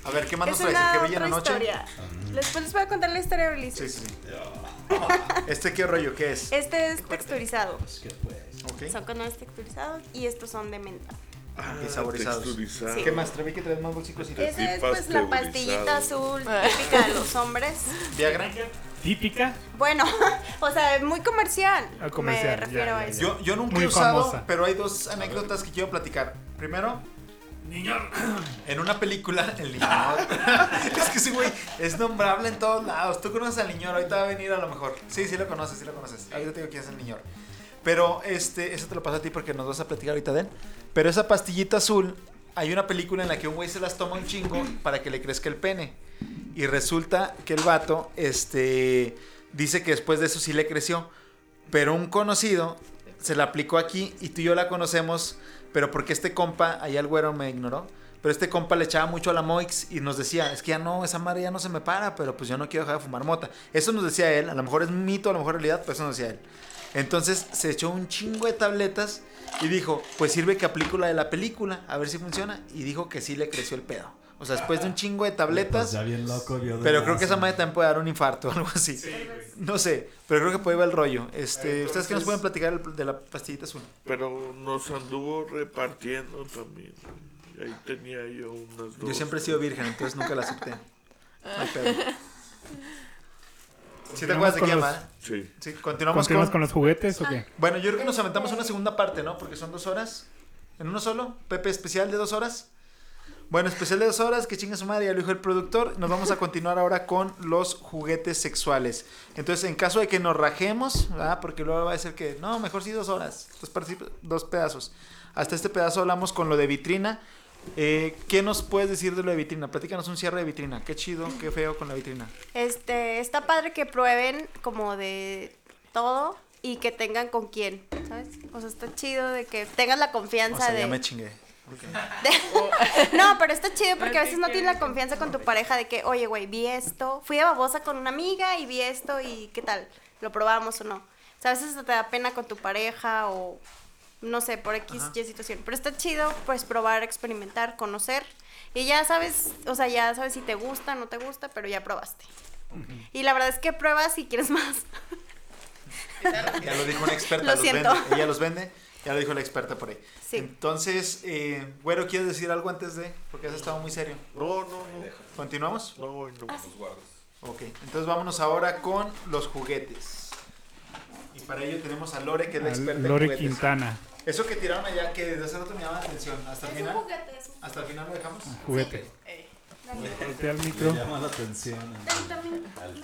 B: A ver, ¿qué más nos
D: Es
B: traes? ¿El que
D: una
B: brilla en la
D: otra
B: noche? Ah.
D: historia. Después les voy a contar la historia de Ulises.
B: Sí, sí, sí. ¿Este qué rollo? ¿Qué es?
D: Este es texturizado.
B: Ok.
D: Son condones texturizados y estos son de menta.
G: Ah,
B: Y saborizados.
G: texturizado.
B: ¿Qué más? Trae que traes más bolsicos y
G: Es- Sí,
D: Esa es pues la pastillita
G: pasteurizado.
D: azul típica de los hombres.
B: Viagra.
E: Típica.
D: Bueno, [LAUGHS] o sea, muy comercial.
E: Ah, comercial,
D: Me
E: ya,
D: refiero a
E: ya,
D: eso.
B: Yo, yo nunca
E: Muy
B: he usado,
E: famosa.
B: pero hay dos anécdotas que quiero platicar. Primero, en una película, [LAUGHS] el niño. es que ese güey es nombrable en todos lados. Tú conoces al niño, ahorita va a venir a lo mejor. Sí, sí lo conoces, sí lo conoces. Ahorita te digo quién es el niño. Pero este, eso te lo paso a ti porque nos vas a platicar ahorita de él. Pero esa pastillita azul, hay una película en la que un güey se las toma un chingo para que le crezca el pene. Y resulta que el vato, este, dice que después de eso sí le creció. Pero un conocido se la aplicó aquí y tú y yo la conocemos, pero porque este compa, allá el güero me ignoró, pero este compa le echaba mucho a la Moix y nos decía, es que ya no, esa madre ya no se me para, pero pues yo no quiero dejar de fumar mota. Eso nos decía él, a lo mejor es mito, a lo mejor realidad, pero eso nos decía él. Entonces se echó un chingo de tabletas y dijo, pues sirve que aplico la de la película, a ver si funciona. Y dijo que sí le creció el pedo. O sea, después de un chingo de
C: Pues
B: tabletas,
C: ya bien loco, vio de
B: pero creo
C: más.
B: que esa madre también puede dar un infarto o algo así. No sé, pero creo que puede ir el rollo. Este, ¿Ustedes qué nos pueden platicar de la pastillita azul?
G: Pero nos anduvo repartiendo también. Y Ahí tenía yo unas dos.
B: Yo siempre he sido virgen, entonces nunca la acepté. No hay
E: [LAUGHS]
B: pedo. ¿Sí te acuerdas de
E: con
B: qué
E: los-
B: más?
G: Sí.
B: Sí, continuamos
E: ¿Continuamos
B: con...
E: con los juguetes o qué?
B: Bueno, yo creo que nos aventamos una segunda parte, ¿no? Porque son dos horas. ¿En uno solo? Pepe, especial de dos horas. Bueno, especial de dos horas, que chinga su madre, ya lo dijo el productor. Nos vamos a continuar ahora con los juguetes sexuales. Entonces, en caso de que nos rajemos, ¿verdad? Porque luego va a decir que, no, mejor sí dos horas, dos, parci- dos pedazos. Hasta este pedazo hablamos con lo de vitrina. Eh, ¿Qué nos puedes decir de lo de vitrina? Platícanos un cierre de vitrina. Qué chido, qué feo con la vitrina.
D: Este, está padre que prueben como de todo y que tengan con quién, ¿sabes? O sea, está chido de que tengas la
B: O
D: confianza
B: sea,
D: de...
B: ya me chingué.
D: [LAUGHS] No, pero está chido porque a
F: No
D: veces no
F: te
D: tienes la
F: creas.
D: confianza con tu pareja de que, oye, güey, vi esto, fui de babosa con una amiga y vi esto y qué tal, lo probamos o no. O sea, a veces hasta te da pena con tu pareja o no sé, por X
B: Ajá.
D: y situación. Pero está chido, pues, probar, experimentar, conocer. Y ya sabes, o sea, ya sabes si te gusta, no te gusta, pero ya probaste. Y la verdad es que pruebas y quieres más.
B: Ya lo dijo una experta.
D: Lo
B: los
D: siento.
B: vende. Ella los vende. Ya lo dijo la experta por ahí.
D: Sí.
B: Entonces, eh, güero, ¿quieres decir algo antes de? Porque has estado muy serio.
G: No, no, no.
B: ¿Continuamos?
G: No, no.
B: Ok. Entonces vámonos ahora con los juguetes. Y para ello tenemos a Lore, que es la
E: A
B: experta en
E: Lore
B: juguetes.
E: Quintana,
B: Eso que tiraron allá, que desde hace rato me llamaba la atención. Hasta el final.
D: juguete, es
B: Hasta el final lo dejamos.
E: juguete.
F: Ey,
E: Voltea el
C: Me
E: micro.
C: ¿eh? llama la atención. al- Al